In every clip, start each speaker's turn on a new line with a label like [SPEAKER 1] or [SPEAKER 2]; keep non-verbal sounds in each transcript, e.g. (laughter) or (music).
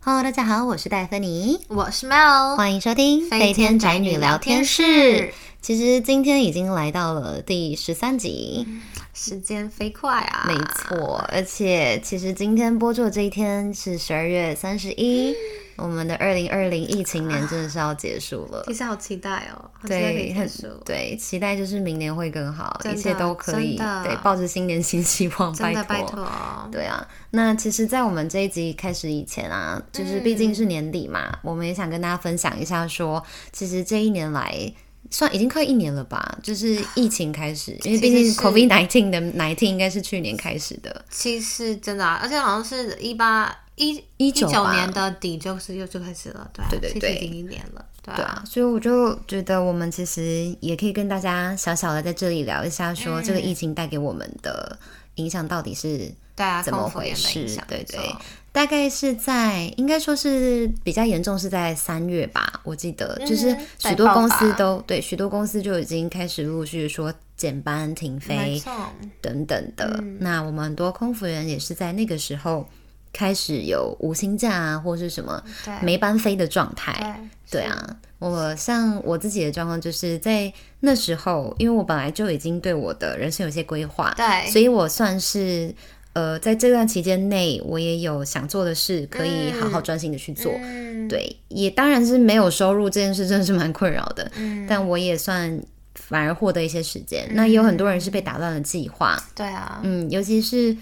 [SPEAKER 1] Hello，大家好，我是戴芬妮，
[SPEAKER 2] 我是 Mel，
[SPEAKER 1] 欢迎收听《飞天宅女聊天室》。其实今天已经来到了第十三集，
[SPEAKER 2] 时间飞快啊！
[SPEAKER 1] 没错，而且其实今天播出的这一天是十二月三十一，我们的二零二零疫情年真的是要结束了。
[SPEAKER 2] 其实好期待哦，好期待可
[SPEAKER 1] 对，
[SPEAKER 2] 以
[SPEAKER 1] 很
[SPEAKER 2] 结束，
[SPEAKER 1] 对，期待就是明年会更好，
[SPEAKER 2] 真
[SPEAKER 1] 一
[SPEAKER 2] 的
[SPEAKER 1] 切都可以，
[SPEAKER 2] 真的
[SPEAKER 1] 对，抱着新年新希望，
[SPEAKER 2] 真的拜
[SPEAKER 1] 托，
[SPEAKER 2] 托哦。
[SPEAKER 1] 对啊，那其实，在我们这一集开始以前啊，就是毕竟是
[SPEAKER 2] 嗯
[SPEAKER 1] 年底嘛，我们也想跟大家分享一下说，其实这一年来。算已经快一年了吧，就是疫情开
[SPEAKER 2] (sighs)
[SPEAKER 1] 始，因为毕
[SPEAKER 2] 其
[SPEAKER 1] 竟
[SPEAKER 2] 实是
[SPEAKER 1] COVID nineteen 的 nineteen 应该是去年开始的，
[SPEAKER 2] 其实真的、啊，而且好像是一八一
[SPEAKER 1] 19吧
[SPEAKER 2] 九年的底就是又就开始了，对、啊，
[SPEAKER 1] 对对
[SPEAKER 2] 其实
[SPEAKER 1] 对
[SPEAKER 2] 已经一年了，对
[SPEAKER 1] 对
[SPEAKER 2] 啊，
[SPEAKER 1] 啊，所以我就觉得我们其实也可以跟大家小小的在这里聊一下，说
[SPEAKER 2] 嗯
[SPEAKER 1] 这个疫情带给我们的影响到底是
[SPEAKER 2] 对啊，
[SPEAKER 1] 怎么
[SPEAKER 2] 空腹也
[SPEAKER 1] 回
[SPEAKER 2] 没
[SPEAKER 1] 事
[SPEAKER 2] 影响
[SPEAKER 1] 对对，
[SPEAKER 2] 没错
[SPEAKER 1] 大概是在，应该说是比较严重是在三月吧，我记得，
[SPEAKER 2] 嗯
[SPEAKER 1] 就是
[SPEAKER 2] 在
[SPEAKER 1] 许多
[SPEAKER 2] 爆
[SPEAKER 1] 公司
[SPEAKER 2] 发
[SPEAKER 1] 都对，许多公司就已经开始陆续说减班、停
[SPEAKER 2] 没
[SPEAKER 1] 飞
[SPEAKER 2] 错，嗯
[SPEAKER 1] 等等的。那我们很多空服员也是在那个时候开始有无薪假啊，或是什么
[SPEAKER 2] 对，
[SPEAKER 1] 没班飞的状态。
[SPEAKER 2] 对
[SPEAKER 1] 对，啊，我像我自己的状况就是在那时候，因为我本来就已经对我的人生有些规划，
[SPEAKER 2] 对
[SPEAKER 1] 所以我算是呃在这段期间内，我也有想做的事，可以好好专心的去做。
[SPEAKER 2] 嗯，
[SPEAKER 1] 对，也当然是没有收入这件事真的是蛮困扰的，
[SPEAKER 2] 嗯
[SPEAKER 1] 但我也算反而获得一些时间。那也有很多人
[SPEAKER 2] 嗯
[SPEAKER 1] 是被打乱了计划，
[SPEAKER 2] 对啊，
[SPEAKER 1] 嗯，尤其是。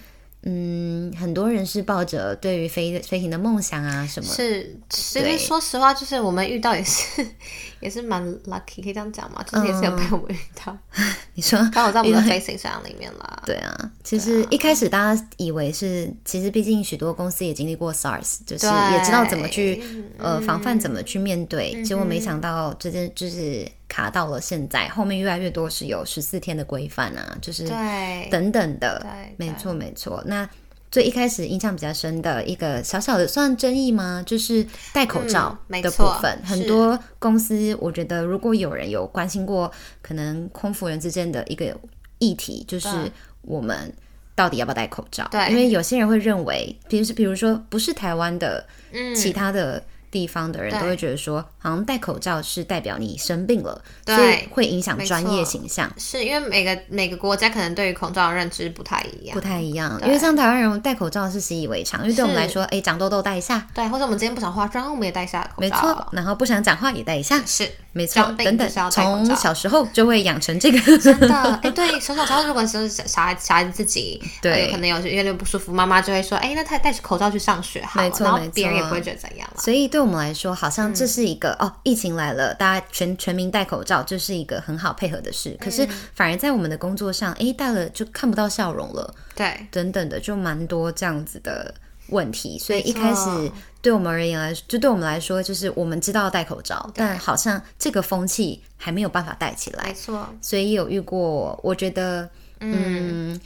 [SPEAKER 1] 嗯，很多人是抱着对于飞飞行的梦想啊什么的
[SPEAKER 2] 是，其
[SPEAKER 1] 对
[SPEAKER 2] 实说实话，就是我们遇到也是 (laughs) 也是蛮 lucky，可以这样讲嘛，
[SPEAKER 1] 嗯
[SPEAKER 2] 就是也是有被我们遇到， (laughs)
[SPEAKER 1] 你说
[SPEAKER 2] 刚好在我们的飞行箱里面
[SPEAKER 1] (laughs)
[SPEAKER 2] 啦。
[SPEAKER 1] 对啊，其实一开始大家以为是，其实毕竟许多公司也经历过 SARS，就是
[SPEAKER 2] 对
[SPEAKER 1] 也知道怎么去呃防范，怎么去面对。结果没想到这件就是卡到了现在，后面越来越多是有十四天的规范啊，就是
[SPEAKER 2] 对，
[SPEAKER 1] 等等的
[SPEAKER 2] 哎对，
[SPEAKER 1] 没错没错。那最一开始印象比较深的一个小小的算争议吗？就是戴口罩
[SPEAKER 2] 嗯没
[SPEAKER 1] 的部
[SPEAKER 2] 错
[SPEAKER 1] 分，很
[SPEAKER 2] 是
[SPEAKER 1] 多公司我觉得如果有人有关心过，可能空服人之间的一个议题，就是
[SPEAKER 2] 对
[SPEAKER 1] 我们。到底要不要戴口罩？
[SPEAKER 2] 对
[SPEAKER 1] 因为有些人会认为，比如是比如说不是台湾的，
[SPEAKER 2] 嗯
[SPEAKER 1] 其他的地方的人
[SPEAKER 2] 对
[SPEAKER 1] 都会觉得说，好像戴口罩是代表你生病了，所
[SPEAKER 2] 对
[SPEAKER 1] 以会影响
[SPEAKER 2] 没
[SPEAKER 1] 专业
[SPEAKER 2] 错
[SPEAKER 1] 形象。
[SPEAKER 2] 是因为每个每个国家可能对于口罩的认知不太一样
[SPEAKER 1] 不，太一样，
[SPEAKER 2] 对
[SPEAKER 1] 因为像台湾人戴口罩是习以为常，因为对我们来说，哎，长痘痘戴一下，
[SPEAKER 2] 对，或者我们今天不想化妆，我们也戴一下口罩，
[SPEAKER 1] 没错，，然后不想讲话也戴一下，
[SPEAKER 2] 是 (laughs)
[SPEAKER 1] 没错，
[SPEAKER 2] 生病
[SPEAKER 1] 等等
[SPEAKER 2] 就是要，戴口罩
[SPEAKER 1] 从小时候就会养成这个，
[SPEAKER 2] 真的，哎、对，小小时候如果是小小孩小孩子自己，
[SPEAKER 1] 对
[SPEAKER 2] 呃有可能有有点不舒服，妈妈就会说，哎、那他戴着口罩去上学好了，
[SPEAKER 1] 没错
[SPEAKER 2] 然后
[SPEAKER 1] 没错
[SPEAKER 2] 别人也不会觉得怎样了，
[SPEAKER 1] 所以对我们来说，好像
[SPEAKER 2] 嗯
[SPEAKER 1] 这是一个、哦，疫情来了，大家全全民戴口罩，这是一个很好配合的
[SPEAKER 2] 嗯
[SPEAKER 1] 事。可是反而在我们的工作上，哎，戴了就看不到笑容了，
[SPEAKER 2] 对，
[SPEAKER 1] 等等的，就蛮多这样子的问题。所以一
[SPEAKER 2] 没错
[SPEAKER 1] 开始对我们而言来，就对我们来说，就是我们知道要戴口罩，但好像这个风气还没有办法带起来。
[SPEAKER 2] 没错，
[SPEAKER 1] 所以有遇过，我觉得，嗯，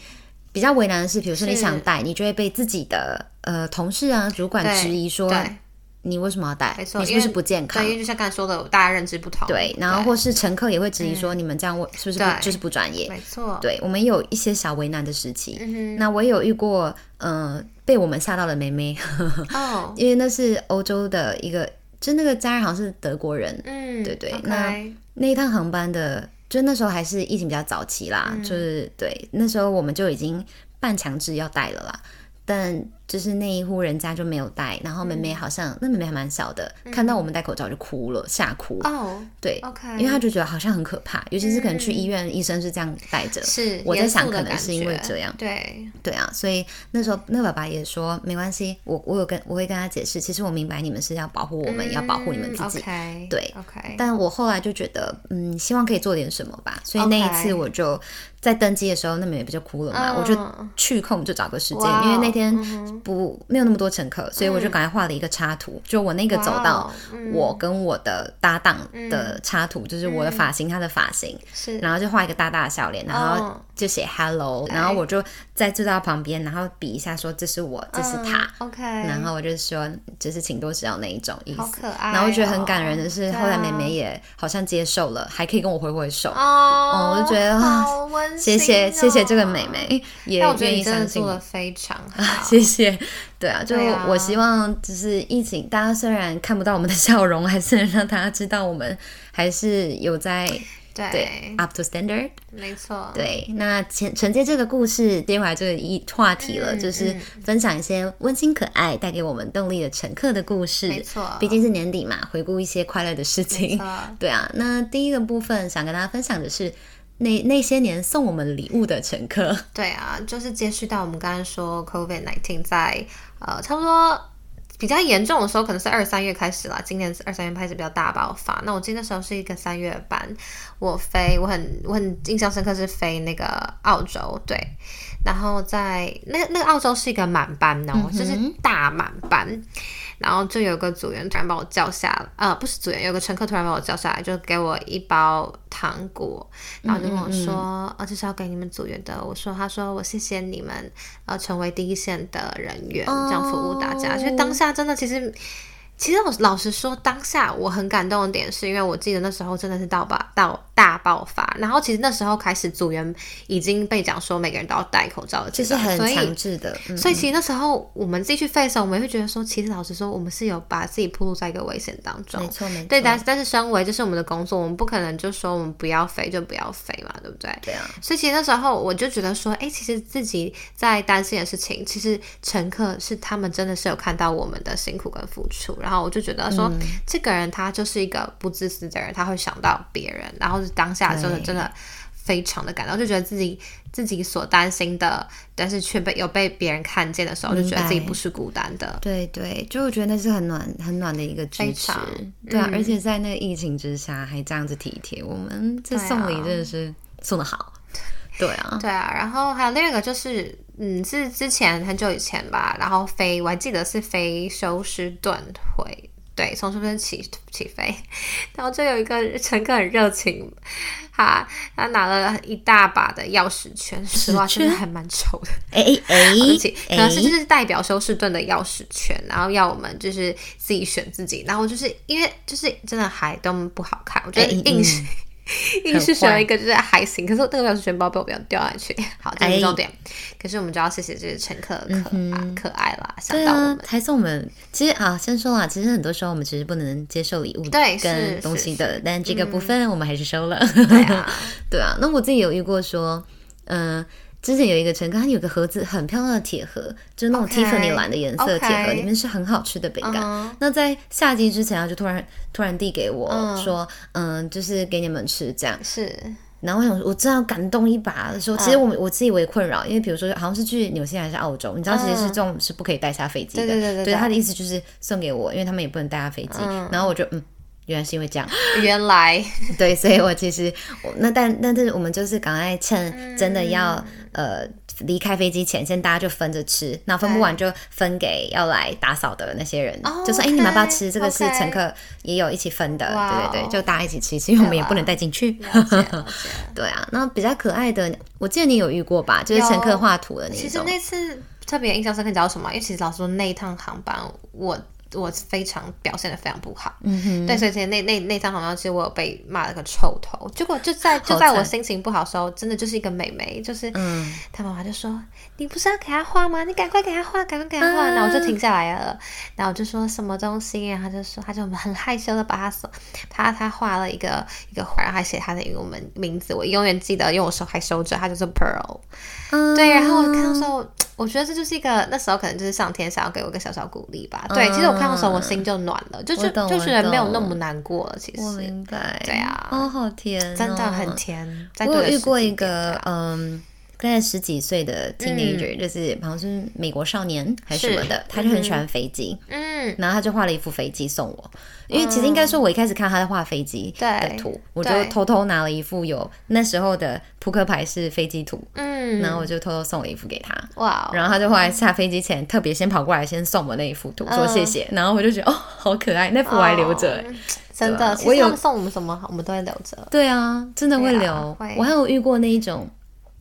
[SPEAKER 1] 比较为难的是，比如说你
[SPEAKER 2] 是
[SPEAKER 1] 想戴，你就会被自己的呃同事啊、主管质疑说，
[SPEAKER 2] 对，
[SPEAKER 1] 你为什么要戴？
[SPEAKER 2] 没错，
[SPEAKER 1] 你是
[SPEAKER 2] 因
[SPEAKER 1] 不
[SPEAKER 2] 为
[SPEAKER 1] 是不健康
[SPEAKER 2] 对，？因为就像刚才说的，大家认知不同，
[SPEAKER 1] 对，然后或是乘客也会质疑说，你们这样我是不是不
[SPEAKER 2] 对
[SPEAKER 1] 就是不专业？
[SPEAKER 2] 没错，
[SPEAKER 1] 对，我们有一些小为难的时期。
[SPEAKER 2] 嗯
[SPEAKER 1] 那我也有遇过，呃，被我们吓到的妹妹， (laughs)
[SPEAKER 2] 哼，哦，
[SPEAKER 1] 因为那是欧洲的一个，就那个家人好像是德国人，
[SPEAKER 2] 嗯，
[SPEAKER 1] 对对
[SPEAKER 2] o
[SPEAKER 1] 那
[SPEAKER 2] k
[SPEAKER 1] 那一趟航班的，就那时候还是疫情比较早期啦，
[SPEAKER 2] 嗯
[SPEAKER 1] 就是对，那时候我们就已经半强制要戴了啦。但就是那一户人家就没有戴，然后妹
[SPEAKER 2] 嗯
[SPEAKER 1] 妹好像、那妹妹还蛮小的，看到我们戴口罩就哭了，吓哭。
[SPEAKER 2] 哦
[SPEAKER 1] 对，
[SPEAKER 2] ，OK，嗯
[SPEAKER 1] 因为她就觉得好像很可怕，尤其是可能去医院，医生是这样戴着。
[SPEAKER 2] 是
[SPEAKER 1] 我在
[SPEAKER 2] 严
[SPEAKER 1] 想
[SPEAKER 2] 肃的
[SPEAKER 1] 可能
[SPEAKER 2] 感
[SPEAKER 1] 是因为
[SPEAKER 2] 觉
[SPEAKER 1] 这样
[SPEAKER 2] 对，
[SPEAKER 1] 对啊，所以那时候那爸爸也说没关系，我我有跟我会跟他解释，其实我明白你们是要保护我们，
[SPEAKER 2] 嗯
[SPEAKER 1] 也要保护你们自己。
[SPEAKER 2] ，OK，
[SPEAKER 1] 对
[SPEAKER 2] ，OK，
[SPEAKER 1] 但我后来就觉得，嗯，希望可以做点什么吧。所以那一
[SPEAKER 2] OK
[SPEAKER 1] 次我就在登机的时候，那美不就哭了嘛，
[SPEAKER 2] 嗯
[SPEAKER 1] 我就去空就找个时间，
[SPEAKER 2] 哇哦
[SPEAKER 1] 因为那天
[SPEAKER 2] 嗯
[SPEAKER 1] 不、没有那么多乘客，所以我就赶快画了一个插图，就我那个走
[SPEAKER 2] 哇
[SPEAKER 1] 道
[SPEAKER 2] 哦，嗯
[SPEAKER 1] 我跟我的搭档的插图，就是我的发型，他的发型，
[SPEAKER 2] 是
[SPEAKER 1] 然后就画一个大大的笑脸，然后
[SPEAKER 2] 哦
[SPEAKER 1] 就写 hello，、然后我就在坐到旁边，然后比一下说这是我，这是他。
[SPEAKER 2] 嗯，OK，
[SPEAKER 1] 然后我就说，就是请多指教那一种意思。
[SPEAKER 2] 好可爱哦
[SPEAKER 1] 然后我觉得很感人的是，
[SPEAKER 2] 对啊
[SPEAKER 1] 后来妹妹也好像接受了，还可以跟我挥挥手。
[SPEAKER 2] 哦，
[SPEAKER 1] 我就觉得啊
[SPEAKER 2] 好温馨
[SPEAKER 1] 谢谢
[SPEAKER 2] 哦
[SPEAKER 1] 谢谢这个妹，妹，也
[SPEAKER 2] 但我觉得
[SPEAKER 1] 愿意
[SPEAKER 2] 你真
[SPEAKER 1] 相
[SPEAKER 2] 的
[SPEAKER 1] 信
[SPEAKER 2] 做
[SPEAKER 1] 我
[SPEAKER 2] 的。非常好，
[SPEAKER 1] 谢谢，谢。 (laughs) 对啊，就
[SPEAKER 2] 对啊
[SPEAKER 1] 我希望就是疫情，大家虽然看不到我们的笑容，还是能让大家知道我们还是有在
[SPEAKER 2] 对，
[SPEAKER 1] 对 up to standard。
[SPEAKER 2] 没错，
[SPEAKER 1] 对，那承承接这个故事，接回来这个一话题了，
[SPEAKER 2] 嗯
[SPEAKER 1] 就是分享一些温馨可爱、带给我们动力的乘客的故事。
[SPEAKER 2] 没错
[SPEAKER 1] 毕竟是年底嘛，回顾一些快乐的事
[SPEAKER 2] 没
[SPEAKER 1] 情。
[SPEAKER 2] 错，
[SPEAKER 1] (laughs) 对啊，那第一个部分想跟大家分享的是那那些年送我们礼物的乘
[SPEAKER 2] (laughs)
[SPEAKER 1] 客。
[SPEAKER 2] 对啊，就是接续到我们刚刚说 COVID nineteen 在呃差不多比较严重的时候，可能是二三月开始啦。今年是二三月开始比较大爆发。那我记得那时候是一个三月班，我飞，我很我很印象深刻是飞那个澳洲，对，然后在那那个澳洲是一个满班哦，就是大满班。然后就有个组员突然把我叫下来，呃，不是组员，有个乘客突然把我叫下来，就给我一包糖果，然后就跟我说，呃，这是要给你们组员的。我说，他说我谢谢你们，呃，成为第一线的人员，这样服务大家。所以当下真的其实。其实我老实说，当下我很感动的点是因为我记得那时候真的是到爆到大爆发，然后其实那时候开始组员已经被讲说每个人都要戴口罩的
[SPEAKER 1] 就
[SPEAKER 2] 阶
[SPEAKER 1] 是
[SPEAKER 2] 段，
[SPEAKER 1] 很
[SPEAKER 2] 所以
[SPEAKER 1] 强制的，嗯、
[SPEAKER 2] 所以其实那时候我们自己去 face 的时候我们也会觉得说，其实老实说，我们是有把自己暴露在一个危险当中
[SPEAKER 1] 没。错没错，
[SPEAKER 2] 对，但但是身为这是我们的工作，我们不可能就说我们不要飞就不要飞嘛，对不对？
[SPEAKER 1] 对啊，
[SPEAKER 2] 所以其实那时候我就觉得说，哎，其实自己在担心的事情，其实乘客是他们真的是有看到我们的辛苦跟付出，然后我就觉得说，
[SPEAKER 1] 嗯
[SPEAKER 2] 这个人他就是一个不自私的人，他会想到别人，然后是当下真的
[SPEAKER 1] 对
[SPEAKER 2] 真的非常的感动，就觉得自己自己所担心的，但是却被有被别人看见的时候，就
[SPEAKER 1] 明
[SPEAKER 2] 觉得自己
[SPEAKER 1] 白
[SPEAKER 2] 不是孤单的，
[SPEAKER 1] 对对，就我觉得那是很暖很暖的一个支
[SPEAKER 2] 非
[SPEAKER 1] 持
[SPEAKER 2] 常，
[SPEAKER 1] 对啊，
[SPEAKER 2] 嗯
[SPEAKER 1] 而且在那个疫情之下还这样子体贴，我们这
[SPEAKER 2] 对啊
[SPEAKER 1] 送礼真的是送的好，对啊，
[SPEAKER 2] 对啊，然后还有另一个就是，嗯，是之前很久以前吧，然后飞，我还记得是飞休斯顿回，对，从休斯顿起起飞， (laughs) 然后就有一个乘客很热情，他他拿了一大把的钥匙圈，实话真的还蛮丑的，
[SPEAKER 1] 哎哎哎
[SPEAKER 2] 对不起，，可能是
[SPEAKER 1] 哎
[SPEAKER 2] 就是代表休斯顿的钥匙圈，然后要我们就是自己选自己，然后就是因为就是真的还都不好看，我觉得
[SPEAKER 1] 哎嗯
[SPEAKER 2] 硬是、 (laughs) 硬是选
[SPEAKER 1] 很坏
[SPEAKER 2] 了一个就是还行，可是那个钥匙圈包被我不要掉下去，好，这
[SPEAKER 1] 哎
[SPEAKER 2] 是重点。可是我们就要谢谢这些乘客可爱、可爱啦，
[SPEAKER 1] 嗯
[SPEAKER 2] 想
[SPEAKER 1] 对
[SPEAKER 2] 到我
[SPEAKER 1] 啊
[SPEAKER 2] 们，，
[SPEAKER 1] 还送我们。其实啊，先说啦，其实很多时候我们其实不能接受礼物
[SPEAKER 2] 对是
[SPEAKER 1] 跟
[SPEAKER 2] 是
[SPEAKER 1] 东西的，
[SPEAKER 2] 是
[SPEAKER 1] 但这个部分我们还是收了。
[SPEAKER 2] 对
[SPEAKER 1] (laughs)
[SPEAKER 2] 啊，
[SPEAKER 1] 对啊，那我自己有遇过说，嗯、之前有一个乘客，他有个盒子很漂亮的铁盒，就是那种
[SPEAKER 2] OK，
[SPEAKER 1] Tiffany 蓝的颜色的铁盒
[SPEAKER 2] OK
[SPEAKER 1] 里面是很好吃的饼干。
[SPEAKER 2] 嗯哼
[SPEAKER 1] 那在下机之前，他就突然突然递给我、说，嗯、就是给你们吃这样。
[SPEAKER 2] 是
[SPEAKER 1] 然后我想说，我真的要感动一把
[SPEAKER 2] 嗯
[SPEAKER 1] 的时候，其实我们、我自己为困扰，因为比如说好像是去纽西兰还是澳洲，你知道其实是这种是不可以带下飞机的。
[SPEAKER 2] 嗯对对对对对
[SPEAKER 1] 他的意思就是送给我，因为他们也不能带下飞机。然后我就嗯，原来是因为这样。 (laughs)
[SPEAKER 2] 原来
[SPEAKER 1] 对，所以我其实我那但但是我们就是赶快趁真的要、
[SPEAKER 2] 嗯
[SPEAKER 1] 呃离开飞机前，先大家就分着吃，那分不完就分给要来打扫的那些人，
[SPEAKER 2] 哦
[SPEAKER 1] 就说哎、
[SPEAKER 2] OK，
[SPEAKER 1] 你们要不要吃？这个是
[SPEAKER 2] OK
[SPEAKER 1] 乘客也有一起分的，
[SPEAKER 2] 哇
[SPEAKER 1] 对对
[SPEAKER 2] 哦
[SPEAKER 1] 对，就大家一起吃一吃，因为我们也不能带进去。 (laughs)
[SPEAKER 2] 了解了解。
[SPEAKER 1] 对啊，那比较可爱的，我记得你有遇过吧？就是乘客
[SPEAKER 2] 有
[SPEAKER 1] 画图的那
[SPEAKER 2] 其
[SPEAKER 1] 一
[SPEAKER 2] 实
[SPEAKER 1] 种，
[SPEAKER 2] 那次特别印象深刻，你知道什么？因为其实老实说，那一趟航班我我非常表现的非常不好，嗯哼，对，所以其实那那那趟航班其实我有被骂了个臭头，结果就在就在
[SPEAKER 1] 好惨
[SPEAKER 2] 我心情不好的时候，真的就是一个美眉，就是
[SPEAKER 1] 嗯，
[SPEAKER 2] 她妈妈就说：“你不是要给她画吗？你赶快给她画，赶快给她画。然后我就停下来了，然后我就说什么东西，然后她就说，她就很害羞的把她手，她她画了一个一个花，然后还写她的英文名字，我永远记得，因为我手还收着，她就是 Pearl。
[SPEAKER 1] 嗯
[SPEAKER 2] 对，然后我看到时候，我觉得这就是一个那时候可能就是上天想要给我一个小小鼓励吧。对，其实我看到时候我心就暖了，就
[SPEAKER 1] 嗯我
[SPEAKER 2] 就
[SPEAKER 1] 懂
[SPEAKER 2] 就
[SPEAKER 1] 我
[SPEAKER 2] 觉得没有那
[SPEAKER 1] 懂
[SPEAKER 2] 么难过了。其
[SPEAKER 1] 我
[SPEAKER 2] 实
[SPEAKER 1] 明白，
[SPEAKER 2] 对啊
[SPEAKER 1] 哦，好甜哦、
[SPEAKER 2] 真的很甜。在
[SPEAKER 1] 我
[SPEAKER 2] 对
[SPEAKER 1] 有
[SPEAKER 2] 的
[SPEAKER 1] 遇
[SPEAKER 2] 时
[SPEAKER 1] 过一
[SPEAKER 2] 间点
[SPEAKER 1] 个
[SPEAKER 2] 对啊嗯
[SPEAKER 1] 嗯，大概十几岁的 teenager，、就是好像是美国少年还是
[SPEAKER 2] 是
[SPEAKER 1] 什么的，他就很喜欢飞机，
[SPEAKER 2] 嗯，
[SPEAKER 1] 然后他就画了一幅飞机送我。因为其实应该说，我一开始看他在画飞机的
[SPEAKER 2] 对
[SPEAKER 1] 图，我就
[SPEAKER 2] 对
[SPEAKER 1] 偷偷拿了一幅有那时候的扑克牌是飞机图，
[SPEAKER 2] 嗯，
[SPEAKER 1] 然后我就偷偷送了一幅给他。
[SPEAKER 2] 哇哦，
[SPEAKER 1] 然后他就后来下飞机前特别先跑过来，先送我那一幅图，说
[SPEAKER 2] 嗯
[SPEAKER 1] 谢谢。然后我就觉得哦，好可爱，那幅我还留着、欸。
[SPEAKER 2] 嗯真
[SPEAKER 1] 对啊
[SPEAKER 2] 的，其
[SPEAKER 1] 我
[SPEAKER 2] 实他
[SPEAKER 1] 有
[SPEAKER 2] 们送我们什么，我们都会留着。
[SPEAKER 1] 对啊，真的会
[SPEAKER 2] 对啊
[SPEAKER 1] 留。
[SPEAKER 2] 会
[SPEAKER 1] 我还有遇过那一种，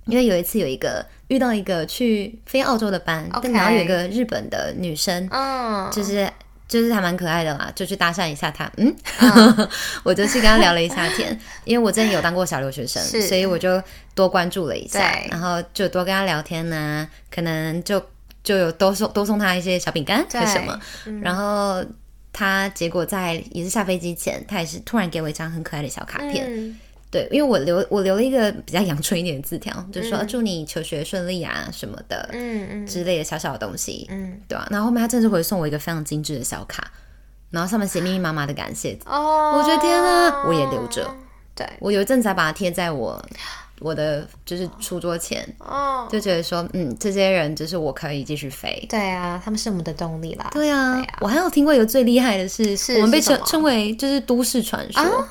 [SPEAKER 1] 因为有一次有一个遇到一个去飞澳洲的班
[SPEAKER 2] OK
[SPEAKER 1] 但然后有一个日本的女生，
[SPEAKER 2] 嗯，
[SPEAKER 1] 就是就是还蛮可爱的啦，就去搭讪一下她。嗯， (laughs) 我就去跟她聊了一下天，
[SPEAKER 2] (laughs)
[SPEAKER 1] 因为我之前有当过小留学生，
[SPEAKER 2] 是
[SPEAKER 1] 所以我就多关注了一下，
[SPEAKER 2] 对
[SPEAKER 1] 啊然后就多跟她聊天呢、可能就。就有多送多送他一些小饼干
[SPEAKER 2] 对嗯
[SPEAKER 1] 还是什么，然后他结果在也是下飞机前，他也是突然给我一张很可爱的小卡片，
[SPEAKER 2] 嗯
[SPEAKER 1] 对，因为我留我留了一个比较阳春一点的字条，就说、祝你求学顺利啊什么的、
[SPEAKER 2] 嗯嗯
[SPEAKER 1] 之类的小小的东西，
[SPEAKER 2] 嗯，
[SPEAKER 1] 对啊，然后后面他真的是回送我一个非常精致的小卡，然后上面写密密麻麻的感谢，
[SPEAKER 2] 哦，
[SPEAKER 1] 我觉得天哪我也留着，
[SPEAKER 2] 对，
[SPEAKER 1] 我有一阵子还把它贴在我我的就是书桌前，
[SPEAKER 2] 哦，
[SPEAKER 1] 就觉得说嗯，这些人就是我可以继续飞。
[SPEAKER 2] 对啊，他们是我们的动力啦，
[SPEAKER 1] 对啊，我还有听过一个最厉害的是，
[SPEAKER 2] 是
[SPEAKER 1] 我们被
[SPEAKER 2] 是什
[SPEAKER 1] 称
[SPEAKER 2] 么
[SPEAKER 1] 称为就是都市传说。
[SPEAKER 2] 啊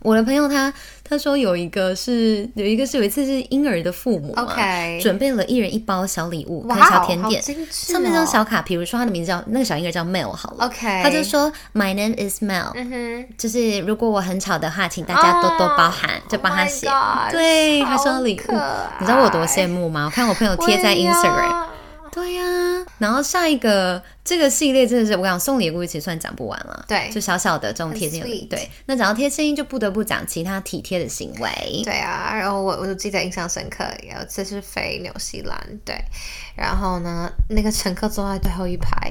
[SPEAKER 1] 我的朋友他他说有一个是有一个是有一次是婴儿的父母嘛
[SPEAKER 2] OK
[SPEAKER 1] 准备了一人一包小礼物
[SPEAKER 2] 哇
[SPEAKER 1] 跟
[SPEAKER 2] 哦，
[SPEAKER 1] 小甜点
[SPEAKER 2] 好，精致哦
[SPEAKER 1] 上面一张小卡，比如说他的名字叫那个小婴儿叫 Mel 好了
[SPEAKER 2] OK，
[SPEAKER 1] 他就，说 My name is Mel，、
[SPEAKER 2] 嗯哦哼，
[SPEAKER 1] 就是如果我很吵的话，请大家多多包涵，就帮他
[SPEAKER 2] Oh
[SPEAKER 1] 写。对，他说礼物，你知道我有多羡慕吗？我看我朋友
[SPEAKER 2] 慕
[SPEAKER 1] 贴在 Instagram，、
[SPEAKER 2] 啊、
[SPEAKER 1] 对呀、然后下一个这个系列真的是，我想送礼的故事其实算讲不完了。
[SPEAKER 2] 对
[SPEAKER 1] 就小小的这种贴心的
[SPEAKER 2] 很
[SPEAKER 1] 礼
[SPEAKER 2] sweet
[SPEAKER 1] 对，那讲到贴心，就不得不讲其他体贴的行为。
[SPEAKER 2] 对啊，然后我我就记得印象深刻，有一次是飞纽西兰，对，然后呢，那个乘客坐在最后一排，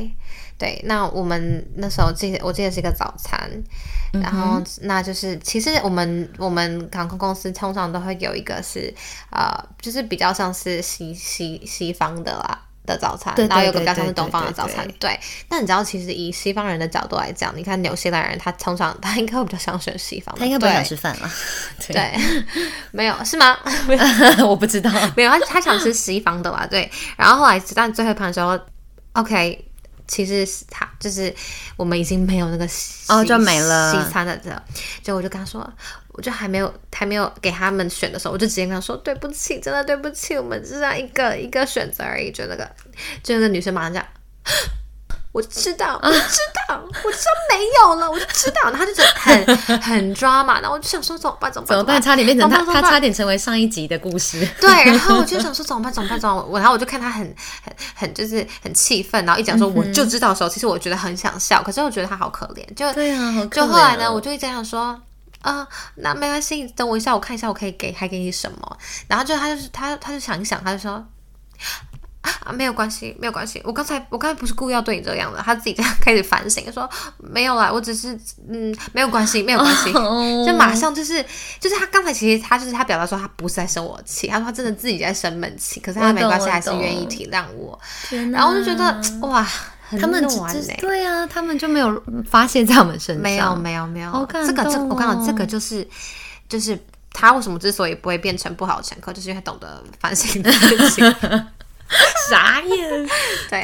[SPEAKER 2] 对，那我们那时候记得我记得是一个早餐，
[SPEAKER 1] 嗯
[SPEAKER 2] 然后那就是其实我们我们航空公司通常都会有一个是呃，就是比较像是西西西方的啦。的早餐，
[SPEAKER 1] 对对
[SPEAKER 2] 然后有个比较
[SPEAKER 1] 对
[SPEAKER 2] 像是
[SPEAKER 1] 对
[SPEAKER 2] 东方的
[SPEAKER 1] 对
[SPEAKER 2] 早
[SPEAKER 1] 对
[SPEAKER 2] 餐，对。那你知道，其实以西方人的角度来讲，你看纽西兰人，他通常他应该会比较想选西方的，
[SPEAKER 1] 他应该不会想
[SPEAKER 2] 对
[SPEAKER 1] 吃饭了，对， (laughs)
[SPEAKER 2] 对， (laughs) 没有是吗？ (laughs) 没有，
[SPEAKER 1] 我不知道。
[SPEAKER 2] 没有，他他
[SPEAKER 1] (laughs)
[SPEAKER 2] 想吃西方的啦，对。然后后来直到最后一盘的时候，OK，其实是他就是我们已经没有那个西
[SPEAKER 1] 哦就没了
[SPEAKER 2] 西餐的了。就我就跟他说，我就还没有还没有给他们选的时候，我就直接跟他说对不起，真的对不起，我们只是一个一个选择而已。就那个就那个女生马上讲。 (gasps) 我知道，
[SPEAKER 1] (laughs)
[SPEAKER 2] 我知道，我知道没有了，我就知道，然后他就觉得很很 drama，然后我就想说怎么办，怎么
[SPEAKER 1] 怎
[SPEAKER 2] 办，
[SPEAKER 1] 么办？差点变成
[SPEAKER 2] 怎
[SPEAKER 1] 他，他
[SPEAKER 2] 么办怎么办
[SPEAKER 1] 差点成为上一集的故事。
[SPEAKER 2] 对，然后我就想说怎么办怎么办怎么办，我然后我就看他很很很就是很气愤，然后一讲说我就知道的时候，其实我觉得很想笑，可是我觉得他好可怜，就
[SPEAKER 1] 对啊好可
[SPEAKER 2] 就后来
[SPEAKER 1] 怜
[SPEAKER 2] 呢，
[SPEAKER 1] 哦
[SPEAKER 2] 我就一直想说。啊、那没关系，等我一下，我看一下我可以给还给你什么。然后就他就是他他就想一想，他就说啊没有关系，没有关系，我刚才我刚才不是故意要对你这样的。他自己这样开始反省，说没有啦，我只是嗯没有关系，没有关系。
[SPEAKER 1] 哦
[SPEAKER 2] 就马上就是就是他刚才其实他就是他表达说他不是在生我气，他说他真的自己在生闷气，可是他
[SPEAKER 1] 我
[SPEAKER 2] 没
[SPEAKER 1] 懂
[SPEAKER 2] 关系，
[SPEAKER 1] 我
[SPEAKER 2] 还是
[SPEAKER 1] 懂
[SPEAKER 2] 愿意体谅我。
[SPEAKER 1] 天哪
[SPEAKER 2] 然后我就觉得哇，很
[SPEAKER 1] 他们只
[SPEAKER 2] 暖
[SPEAKER 1] 只
[SPEAKER 2] 欸
[SPEAKER 1] 对啊，他们就没有发泄在我们身上。
[SPEAKER 2] 没有没有没有，
[SPEAKER 1] 好感
[SPEAKER 2] 这个这个
[SPEAKER 1] 动
[SPEAKER 2] 我刚好这
[SPEAKER 1] 哦
[SPEAKER 2] 个就是就是他为什么之所以不会变成不好的乘客，就是因为他懂得反省自己。
[SPEAKER 1] (laughs) 傻眼。
[SPEAKER 2] (laughs) 对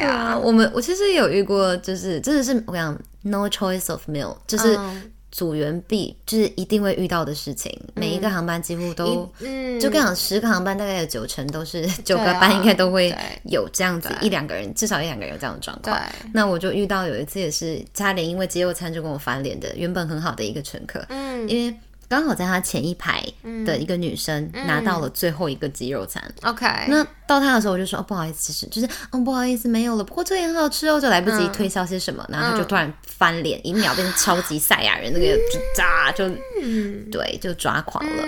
[SPEAKER 1] 对
[SPEAKER 2] 啊，
[SPEAKER 1] 啊，我们我其实有遇过，就是真的是我讲 no choice of meal，就是
[SPEAKER 2] 嗯
[SPEAKER 1] 组员必就是一定会遇到的事情，每一个航班几乎都。
[SPEAKER 2] 嗯，
[SPEAKER 1] 就跟你讲，十个航班大概有九成都是九个
[SPEAKER 2] 对啊
[SPEAKER 1] 班应该都会
[SPEAKER 2] 对
[SPEAKER 1] 有这样子一两个人，至少一两个人有这样的状
[SPEAKER 2] 对
[SPEAKER 1] 况。那我就遇到有一次也是差点因为接过餐就跟我翻脸的，原本很好的一个乘客，
[SPEAKER 2] 嗯
[SPEAKER 1] 因为刚好在他前一排的一个女生拿到了最后一个鸡肉餐，
[SPEAKER 2] ，OK，
[SPEAKER 1] 那到他的时候，我就说、哦、不好意思，其实就是嗯不好意思没有了，不过这个也很好吃哦，就来不及推销些什么，然后他就突然翻脸，一秒变成超级赛亚人，那个就炸就
[SPEAKER 2] 嗯
[SPEAKER 1] 对就抓狂了，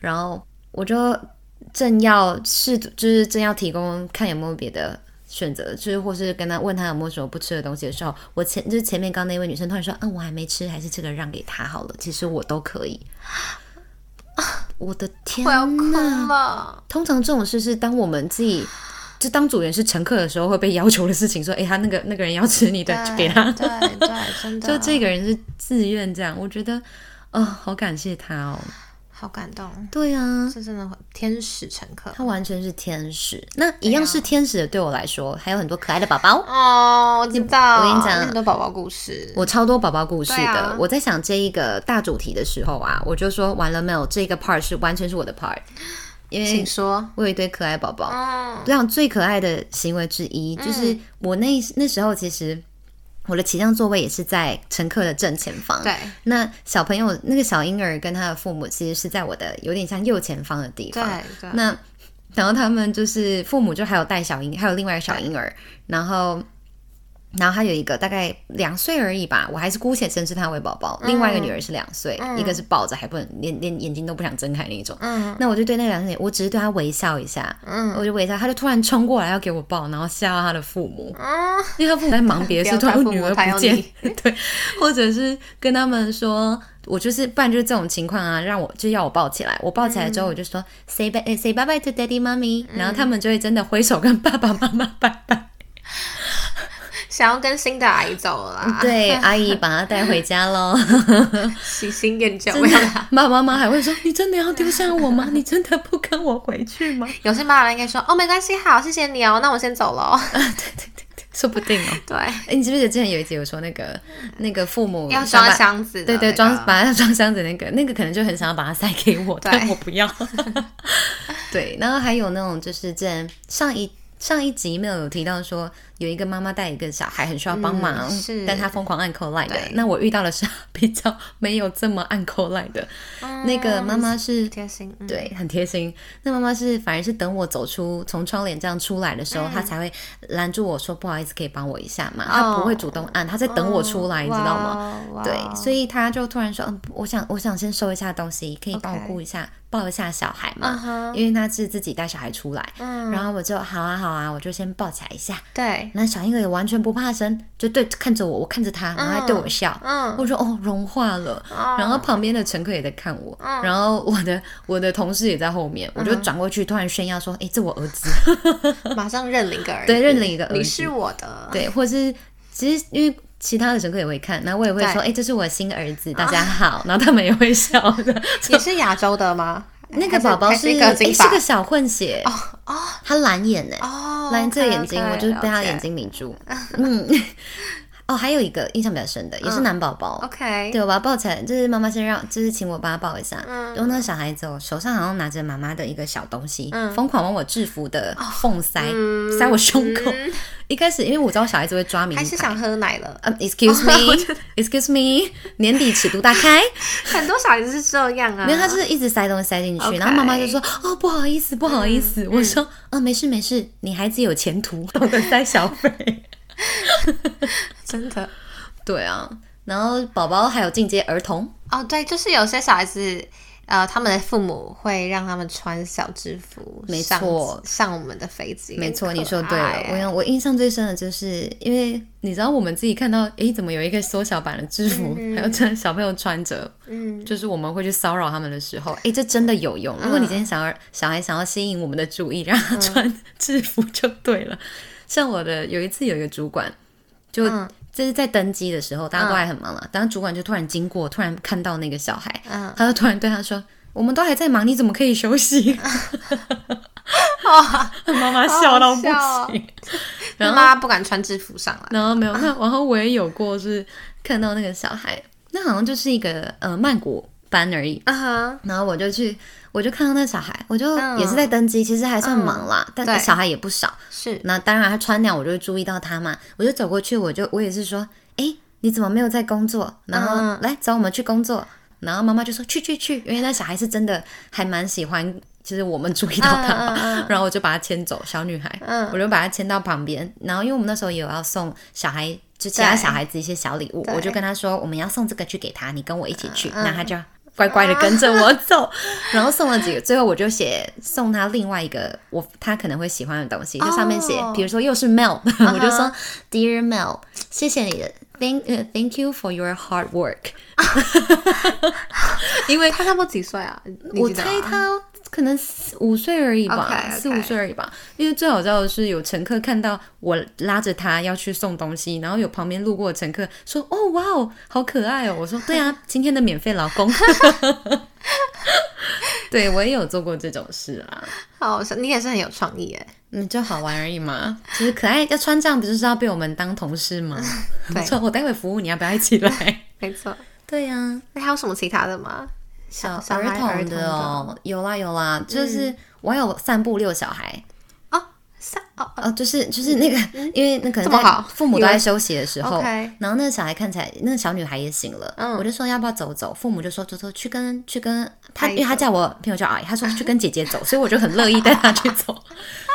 [SPEAKER 1] 然后我就正要试图就是正要提供看有没有别的。选择就是，或是跟他问他有没有什么不吃的东西的时候，我前就是前面刚那位女生突然说：“嗯，我还没吃，还是这个让给他好了。”其实我都可以。我的天
[SPEAKER 2] 我
[SPEAKER 1] 哪！
[SPEAKER 2] 要哭
[SPEAKER 1] 嗯
[SPEAKER 2] 了，
[SPEAKER 1] 通常这种事是当我们自己就当组员是乘客的时候会被要求的事情，说，哎、他那个那个人要吃你的，就给他。
[SPEAKER 2] 对对，真的，
[SPEAKER 1] (laughs) 就这个人是自愿这样，我觉得，哦，好感谢他哦。
[SPEAKER 2] 好感动，
[SPEAKER 1] 对啊，
[SPEAKER 2] 这真的很天使乘客。
[SPEAKER 1] 他完全是天使。那
[SPEAKER 2] 啊
[SPEAKER 1] 一样是天使的，对我来说，还有很多可爱的宝宝。
[SPEAKER 2] (laughs) 哦，我知道，
[SPEAKER 1] 我跟你讲
[SPEAKER 2] 很多宝宝故事，
[SPEAKER 1] 我超多宝宝故事
[SPEAKER 2] 对
[SPEAKER 1] 的。
[SPEAKER 2] 啊
[SPEAKER 1] 我在想这一个大主题的时候啊，我就说完了没有？这个 part 是完全是我的 part，因
[SPEAKER 2] 请
[SPEAKER 1] 为
[SPEAKER 2] 说。
[SPEAKER 1] 我有一堆可爱宝宝。
[SPEAKER 2] 嗯
[SPEAKER 1] 让最可爱的行为之一，就是我那那时候其实我的起降座位也是在乘客的正前方。
[SPEAKER 2] 对，
[SPEAKER 1] 那小朋友那个小婴儿跟他的父母其实是在我的有点像右前方的地
[SPEAKER 2] 对
[SPEAKER 1] 方。
[SPEAKER 2] 对，
[SPEAKER 1] 那然后他们就是父母就还有带小婴，还有另外一个小婴儿，然后。然后他有一个大概两岁而已吧，我还是姑且称之他为宝宝。另外一个女儿是两岁，一个是抱着还不能连连眼睛都不想睁开那种。
[SPEAKER 2] 嗯
[SPEAKER 1] 那我就对那两岁，我只是对他微笑一下，
[SPEAKER 2] 嗯
[SPEAKER 1] 我就微笑，他就突然冲过来要给我抱，然后吓到他的父母，
[SPEAKER 2] 嗯，
[SPEAKER 1] 因为他父母在忙别的事，
[SPEAKER 2] (laughs) 不
[SPEAKER 1] 突
[SPEAKER 2] 要怪
[SPEAKER 1] 然
[SPEAKER 2] 父母
[SPEAKER 1] 女儿
[SPEAKER 2] 他要
[SPEAKER 1] 不见
[SPEAKER 2] 你，
[SPEAKER 1] (laughs) 对，或者是跟他们说，我就是，不然就是这种情况啊，让我就要我抱起来，我抱起来之后
[SPEAKER 2] 嗯
[SPEAKER 1] 我就说、say bye 呃 say bye bye to daddy mommy，、然后他们就会真的挥手跟爸爸妈妈拜拜，
[SPEAKER 2] 想要跟新的阿姨走了啦，
[SPEAKER 1] 嗯 (laughs) 对，阿姨把他带回家喽。
[SPEAKER 2] 喜新厌旧，
[SPEAKER 1] (laughs)
[SPEAKER 2] 没
[SPEAKER 1] 真
[SPEAKER 2] 有
[SPEAKER 1] 的
[SPEAKER 2] 啦。，
[SPEAKER 1] 妈妈妈还会说：“你真的要丢下我吗？你真的不跟我回去
[SPEAKER 2] (laughs)
[SPEAKER 1] 吗
[SPEAKER 2] (laughs) 有些妈妈应该说：“哦，没关系，好，谢谢你哦，那我先走
[SPEAKER 1] (laughs)
[SPEAKER 2] 了。
[SPEAKER 1] 啊？”对对对对，说不定哦。”
[SPEAKER 2] 对，
[SPEAKER 1] 哎，你记不记得之前有一集有说那个那个父母
[SPEAKER 2] 要
[SPEAKER 1] 想
[SPEAKER 2] 装
[SPEAKER 1] 把
[SPEAKER 2] 箱子的
[SPEAKER 1] 对
[SPEAKER 2] 那个，啊
[SPEAKER 1] 对，装把它 (laughs) 装箱子那个，那个可能就很想要把它塞给我，
[SPEAKER 2] 对
[SPEAKER 1] 但我不
[SPEAKER 2] (laughs)
[SPEAKER 1] 要。对，然后还有那种就是之前上一上一集没有有提到说有一个妈妈带一个小孩很需要帮
[SPEAKER 2] 嗯
[SPEAKER 1] 忙，
[SPEAKER 2] 是
[SPEAKER 1] 但她疯狂按 call line 的
[SPEAKER 2] 对。
[SPEAKER 1] 那我遇到的是 (laughs) 比较没有这么按 call line 的，
[SPEAKER 2] 嗯
[SPEAKER 1] 那个妈妈是
[SPEAKER 2] 贴心，嗯，
[SPEAKER 1] 对，很贴心。那妈妈是反而是等我走出从窗帘这样出来的时候，
[SPEAKER 2] 嗯
[SPEAKER 1] 她才会拦住我说：“不好意思，可以帮我一下嘛？”她不会主
[SPEAKER 2] 哦
[SPEAKER 1] 动按，她在等我出来，你知道吗？
[SPEAKER 2] 吗
[SPEAKER 1] 对，所
[SPEAKER 2] 以
[SPEAKER 1] 以她就突然说：“嗯，我想我想先收一下东西，可以帮我
[SPEAKER 2] OK
[SPEAKER 1] 顾一下抱一下小孩
[SPEAKER 2] 嗯
[SPEAKER 1] 嘛？
[SPEAKER 2] 哼，
[SPEAKER 1] 因为她是自己带小孩出来。”
[SPEAKER 2] 嗯，
[SPEAKER 1] 然后我就好啊好啊，我就先抱起来一下。
[SPEAKER 2] 对，
[SPEAKER 1] 那小婴儿也完全不怕生，就对看着我，我看着他，然后还对我笑。
[SPEAKER 2] 嗯，哦
[SPEAKER 1] 我说哦，融化了。然后旁边的乘客也在看我，
[SPEAKER 2] 嗯
[SPEAKER 1] 然后我的我的同事也在后面，我就转过去，突然炫耀说：“哎诶，这我儿子。
[SPEAKER 2] 马上认领一个儿子，
[SPEAKER 1] 对认领一个儿
[SPEAKER 2] 你
[SPEAKER 1] 子
[SPEAKER 2] 是我的”，
[SPEAKER 1] 对，或是其实因为其他的乘客也会看，然后我也会说：“
[SPEAKER 2] 对啊
[SPEAKER 1] 诶，这是我新儿子，大家好。” (laughs) 然后他们也会笑
[SPEAKER 2] (laughs)
[SPEAKER 1] 的。
[SPEAKER 2] 你是亚洲的吗？
[SPEAKER 1] 那个宝宝
[SPEAKER 2] 还
[SPEAKER 1] 是
[SPEAKER 2] 是一个金
[SPEAKER 1] 诶
[SPEAKER 2] 发
[SPEAKER 1] 是个小混血哦哦，他蓝眼呢，
[SPEAKER 2] 哦，
[SPEAKER 1] 蓝色
[SPEAKER 2] OK，
[SPEAKER 1] 眼睛，
[SPEAKER 2] OK，
[SPEAKER 1] 我就是被他
[SPEAKER 2] 了解
[SPEAKER 1] 眼睛迷
[SPEAKER 2] (laughs)
[SPEAKER 1] 住。嗯，哦，还有一个印象比较深的，也是男宝宝。
[SPEAKER 2] 嗯，OK，
[SPEAKER 1] 对，我把他抱起来，就是妈妈先让，就是请我帮他抱一下。
[SPEAKER 2] 嗯
[SPEAKER 1] 然后那个小孩子哦，手上好像拿着妈妈的一个小东西，
[SPEAKER 2] 嗯
[SPEAKER 1] 疯狂往我制服的缝塞、
[SPEAKER 2] 嗯
[SPEAKER 1] 塞我胸口。
[SPEAKER 2] 嗯
[SPEAKER 1] 一开始因为我知道小孩子会抓名
[SPEAKER 2] 还是
[SPEAKER 1] 牌。
[SPEAKER 2] 想哦喝奶了。
[SPEAKER 1] 嗯、e x c u s e (laughs) me，Excuse me，年底尺度大
[SPEAKER 2] (laughs)
[SPEAKER 1] 开，
[SPEAKER 2] 很多小孩子是这样啊，
[SPEAKER 1] 没有，他
[SPEAKER 2] (laughs)
[SPEAKER 1] 就是一直塞东西塞进去
[SPEAKER 2] 嗯 OK 嗯
[SPEAKER 1] 然后妈妈就说：“哦，不好意思，不好意思。我说：“啊，没事没事，你孩子有前途，懂得塞小费。 (laughs)
[SPEAKER 2] 真的”
[SPEAKER 1] 对啊，然后宝宝还有进阶儿童，
[SPEAKER 2] 哦，对，就是有些小孩子，呃，他们的父母会让他们穿小制服，
[SPEAKER 1] 没
[SPEAKER 2] 上
[SPEAKER 1] 错
[SPEAKER 2] 上我们的飞机，
[SPEAKER 1] 没错，
[SPEAKER 2] 很可
[SPEAKER 1] 你说对了
[SPEAKER 2] 爱。啊
[SPEAKER 1] 我想我印象最深的就是，因为你知道我们自己看到，诶，怎么有一个缩小版的制服，还有这小朋友穿着，
[SPEAKER 2] 嗯，
[SPEAKER 1] 就是我们会去骚扰他们的时候，诶，这真的有用。如果你
[SPEAKER 2] 嗯
[SPEAKER 1] 今天想要小孩想要吸引我们的注意，让他穿制服就对了。像我的有一次有一个主管，就
[SPEAKER 2] 嗯
[SPEAKER 1] 这是在登机的时候，大家都还很忙了，然后主管就突然经过，突然看到那个小孩， (laughs)
[SPEAKER 2] 嗯
[SPEAKER 1] 他就突然对他说。我们都还在忙，你怎么可以休息？
[SPEAKER 2] 哇，
[SPEAKER 1] 妈妈笑到不
[SPEAKER 2] 好好笑哦
[SPEAKER 1] 行。
[SPEAKER 2] 那哦妈妈不敢穿制服上来，
[SPEAKER 1] 然后没有，那然后我也有过是看到那个小孩，那好像就是一个呃曼谷班而已。
[SPEAKER 2] 啊哈，
[SPEAKER 1] 然后我就去，我就看到那小孩，我就
[SPEAKER 2] 嗯
[SPEAKER 1] 也是在登机，其实还算忙啦，
[SPEAKER 2] 对
[SPEAKER 1] 但小孩也不少。
[SPEAKER 2] 是，
[SPEAKER 1] 那当然他穿那样，我就会注意到他嘛，我就走过去，我就我也是说，诶，你怎么没有在工作？然后、
[SPEAKER 2] 嗯
[SPEAKER 1] 来找我们去工作。然后妈妈就说去去去，因为那小孩是真的还蛮喜欢，就是我们注意到他嘛。
[SPEAKER 2] 嗯
[SPEAKER 1] 然后我就把她牵走，小女孩，
[SPEAKER 2] 嗯
[SPEAKER 1] 我就把她牵到旁边。然后因为我们那时候也有要送小孩，就其他
[SPEAKER 2] 对
[SPEAKER 1] 小孩子一些小礼物
[SPEAKER 2] 对，
[SPEAKER 1] 我就跟她说我们要送这个去给她，你跟我一起去。
[SPEAKER 2] 嗯
[SPEAKER 1] 那她就乖乖的跟着我走。然后送了几个，最后我就写送她另外一个我她可能会喜欢的东西，就上面写
[SPEAKER 2] 哦，嗯
[SPEAKER 1] 比如说又是 Mel，我 (laughs) 就说 Dear Mel，谢谢你的。Thank, 呃 thank you for your hard work。因为
[SPEAKER 2] 他差不多几岁啊？你
[SPEAKER 1] 我
[SPEAKER 2] 记得
[SPEAKER 1] 猜
[SPEAKER 2] 吗
[SPEAKER 1] 他可能四五岁而已吧，
[SPEAKER 2] OK，OK
[SPEAKER 1] 四五岁而已吧。因为最好笑的是，有乘客看到我拉着他要去送东西，然后有旁边路过的乘客说：“哦，哇哦，好可爱哦！”我说：“对啊，今天的免费劳工。” (laughs) 对我也有做过这种事啊，
[SPEAKER 2] 好，你也是很有创意哎，
[SPEAKER 1] 嗯，就好玩而已嘛。其实可爱要穿这样，不就是要被我们当同事吗？
[SPEAKER 2] (laughs) 对
[SPEAKER 1] 我说我待会服务你要不要一起
[SPEAKER 2] (laughs)
[SPEAKER 1] 来？
[SPEAKER 2] 没错。
[SPEAKER 1] 对呀、
[SPEAKER 2] 那还有什么其他的吗？
[SPEAKER 1] 小
[SPEAKER 2] 啊小孩儿
[SPEAKER 1] 童哦
[SPEAKER 2] 童嗯
[SPEAKER 1] 的哦，有啦有啦，就是我还有散步遛小孩，
[SPEAKER 2] 哦，三哦
[SPEAKER 1] 哦，就是就是那个， (laughs) 因为那可
[SPEAKER 2] 嗯这
[SPEAKER 1] 能
[SPEAKER 2] 么
[SPEAKER 1] 在
[SPEAKER 2] 好
[SPEAKER 1] 父母
[SPEAKER 2] 以
[SPEAKER 1] 都在
[SPEAKER 2] 为
[SPEAKER 1] 休息的时候
[SPEAKER 2] OK，
[SPEAKER 1] 然后那个小孩看起来，那个小女孩也醒了，
[SPEAKER 2] 嗯
[SPEAKER 1] 我就说要不要走走，父母就说走走去跟去跟她，
[SPEAKER 2] 阿姨
[SPEAKER 1] 因为她
[SPEAKER 2] 走
[SPEAKER 1] 叫我朋友叫阿姨，她说
[SPEAKER 2] (laughs)
[SPEAKER 1] 去跟姐姐走，所以我就很乐意带她去走。